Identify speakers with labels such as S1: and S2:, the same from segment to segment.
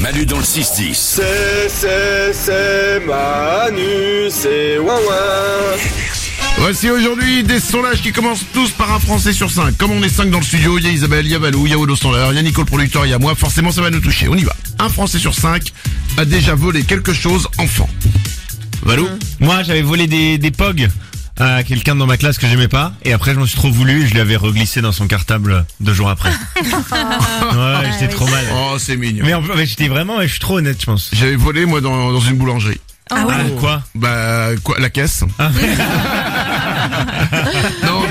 S1: Manu dans le 6-10.
S2: C'est, c'est, c'est Manu, c'est Wawa.
S3: Voici aujourd'hui des sondages qui commencent tous par un Français sur 5. Comme on est 5 dans le studio, il y a Isabelle, il y a Valou, il y a Odo Standard, il y a Nico le producteur, il y a moi, forcément ça va nous toucher. On y va. Un Français sur 5 a déjà volé quelque chose enfant. Valou
S4: Moi, j'avais volé des, des POG à quelqu'un dans ma classe que j'aimais pas. Et après, je m'en suis trop voulu et je l'avais reglissé dans son cartable deux jours après. Ah, ouais, j'étais trop mal.
S3: Oh, c'est mignon.
S4: Mais en plus, ouais, j'étais vraiment, ouais, je suis trop honnête, je pense.
S3: J'avais volé moi dans, dans une boulangerie.
S4: Ah, quoi
S3: Bah quoi, la caisse Non, un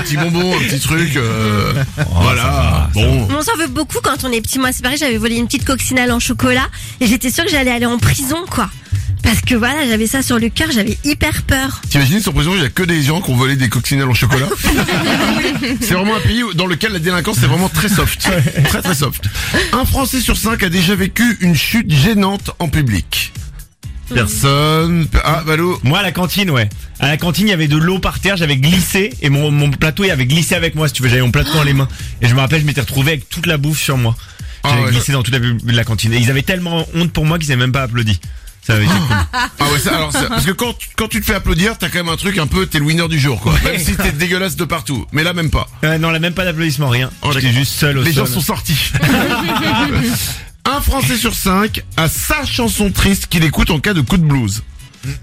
S3: petit bonbon, un petit truc. euh, voilà. Bon.
S5: Mais On s'en veut beaucoup quand on est petit. Moi, c'est pareil, j'avais volé une petite coccinelle en chocolat et j'étais sûre que j'allais aller en prison, quoi. Parce que voilà, j'avais ça sur le cœur, j'avais hyper peur.
S3: T'imagines sur prison, il y a que des gens qui ont volé des coccinelles en chocolat. c'est vraiment un pays où- dans lequel la délinquance est vraiment très soft. Très très soft. Un Français sur cinq a déjà vécu une chute gênante en public. Personne. Ah, Valou.
S4: Moi, à la cantine, ouais. À la cantine, il y avait de l'eau par terre, j'avais glissé et mon, mon plateau, il avait glissé avec moi, si tu veux. J'avais mon plateau dans les mains. Et je me rappelle, je m'étais retrouvé avec toute la bouffe sur moi. J'avais
S3: Ah ouais.
S4: glissé dans toute la, bu- la cantine. Et ils avaient tellement honte pour moi qu'ils n'avaient même pas applaudi. Ça avait été cool.
S3: Ah ouais, ça, alors, ça- parce que quand, quand tu te fais applaudir, t'as quand même un truc un peu, t'es le winner du jour, quoi. Même si t'es dégueulasse de partout. Mais là, même pas.
S4: Ouais, Euh, non, là, même pas d'applaudissements, rien.
S3: Oh,
S4: J'étais
S3: d'accord.
S4: juste seul au
S3: Les gens
S4: sol.
S3: sont sortis. un Français sur cinq a sa chanson triste qu'il écoute en cas de coup de blues.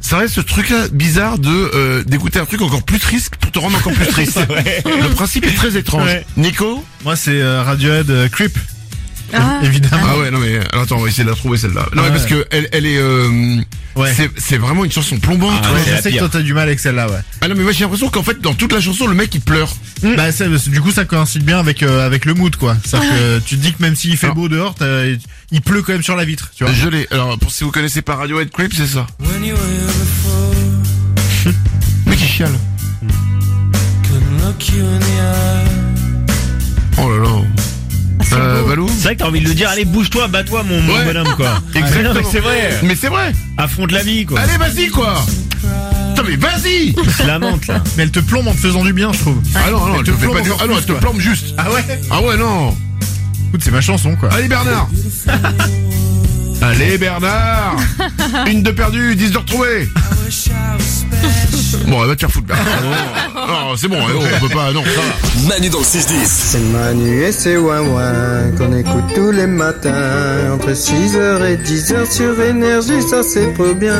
S3: Ça reste ce truc-là bizarre de euh, d'écouter un truc encore plus triste pour te rendre encore plus triste. Le principe est très étrange.
S4: Ouais.
S3: Nico
S4: Moi, c'est
S6: euh,
S4: Radiohead Creep.
S3: Ah, ouais non mais alors, attends on va essayer de la trouver celle-là. Non mais parce que elle elle est euh,
S4: Ouais.
S3: c'est c'est vraiment une chanson plombante.
S4: Ah
S3: quoi.
S4: ouais, c'est la pire.
S6: t'as du mal avec celle-là, ouais.
S3: Ah non mais moi j'ai l'impression qu'en fait dans toute la chanson le mec il pleure.
S6: Bah, ça, du coup, ça coïncide bien avec euh, avec le mood, quoi. C'est-à-dire que tu te dis que même s'il
S4: Ah.
S6: fait
S3: Alors-
S6: beau dehors, t'as- il pleut quand même sur la vitre, tu vois.
S3: Je l'ai. Alors pour si vous connaissez pas Radiohead Creep c'est ça.
S7: When you were before,
S3: Mais qui chiale.
S7: couldn't look you in the eye.
S3: Oh là là. Euh, Valou.
S4: C'est vrai que t'as envie de le dire, allez, bouge-toi, bats-toi, mon, mon
S3: Ouais.
S4: bonhomme, quoi.
S3: Exactement.
S4: Non, mais c'est vrai.
S3: Mais c'est vrai.
S4: Affronte la vie, quoi.
S3: Allez, vas-y, quoi Putain, mais vas-y
S4: Il se lamente, là.
S6: Mais elle te plombe en te faisant du bien, je trouve.
S3: Ah non, non, elle te fait
S6: plombe
S3: pas du...
S6: encore
S3: Ah non, elle
S6: plus,
S3: te
S6: quoi.
S3: plombe juste.
S6: Ah ouais
S3: Ah ouais, non
S6: Écoute, c'est ma chanson, quoi.
S3: Allez, Bernard Allez, Bernard Une de perdue, 10 de retrouvée
S7: I wish I was special.
S3: Bon, elle va te faire foutre, Bernard.
S6: Oh.
S3: Non, c'est bon, eh, on peut pas... Non, ça va.
S1: Manu dans le 6-10.
S8: C'est Manu et c'est Wawa qu'on écoute tous les matins entre 6h et 10h sur énergie, ça c'est pas bien.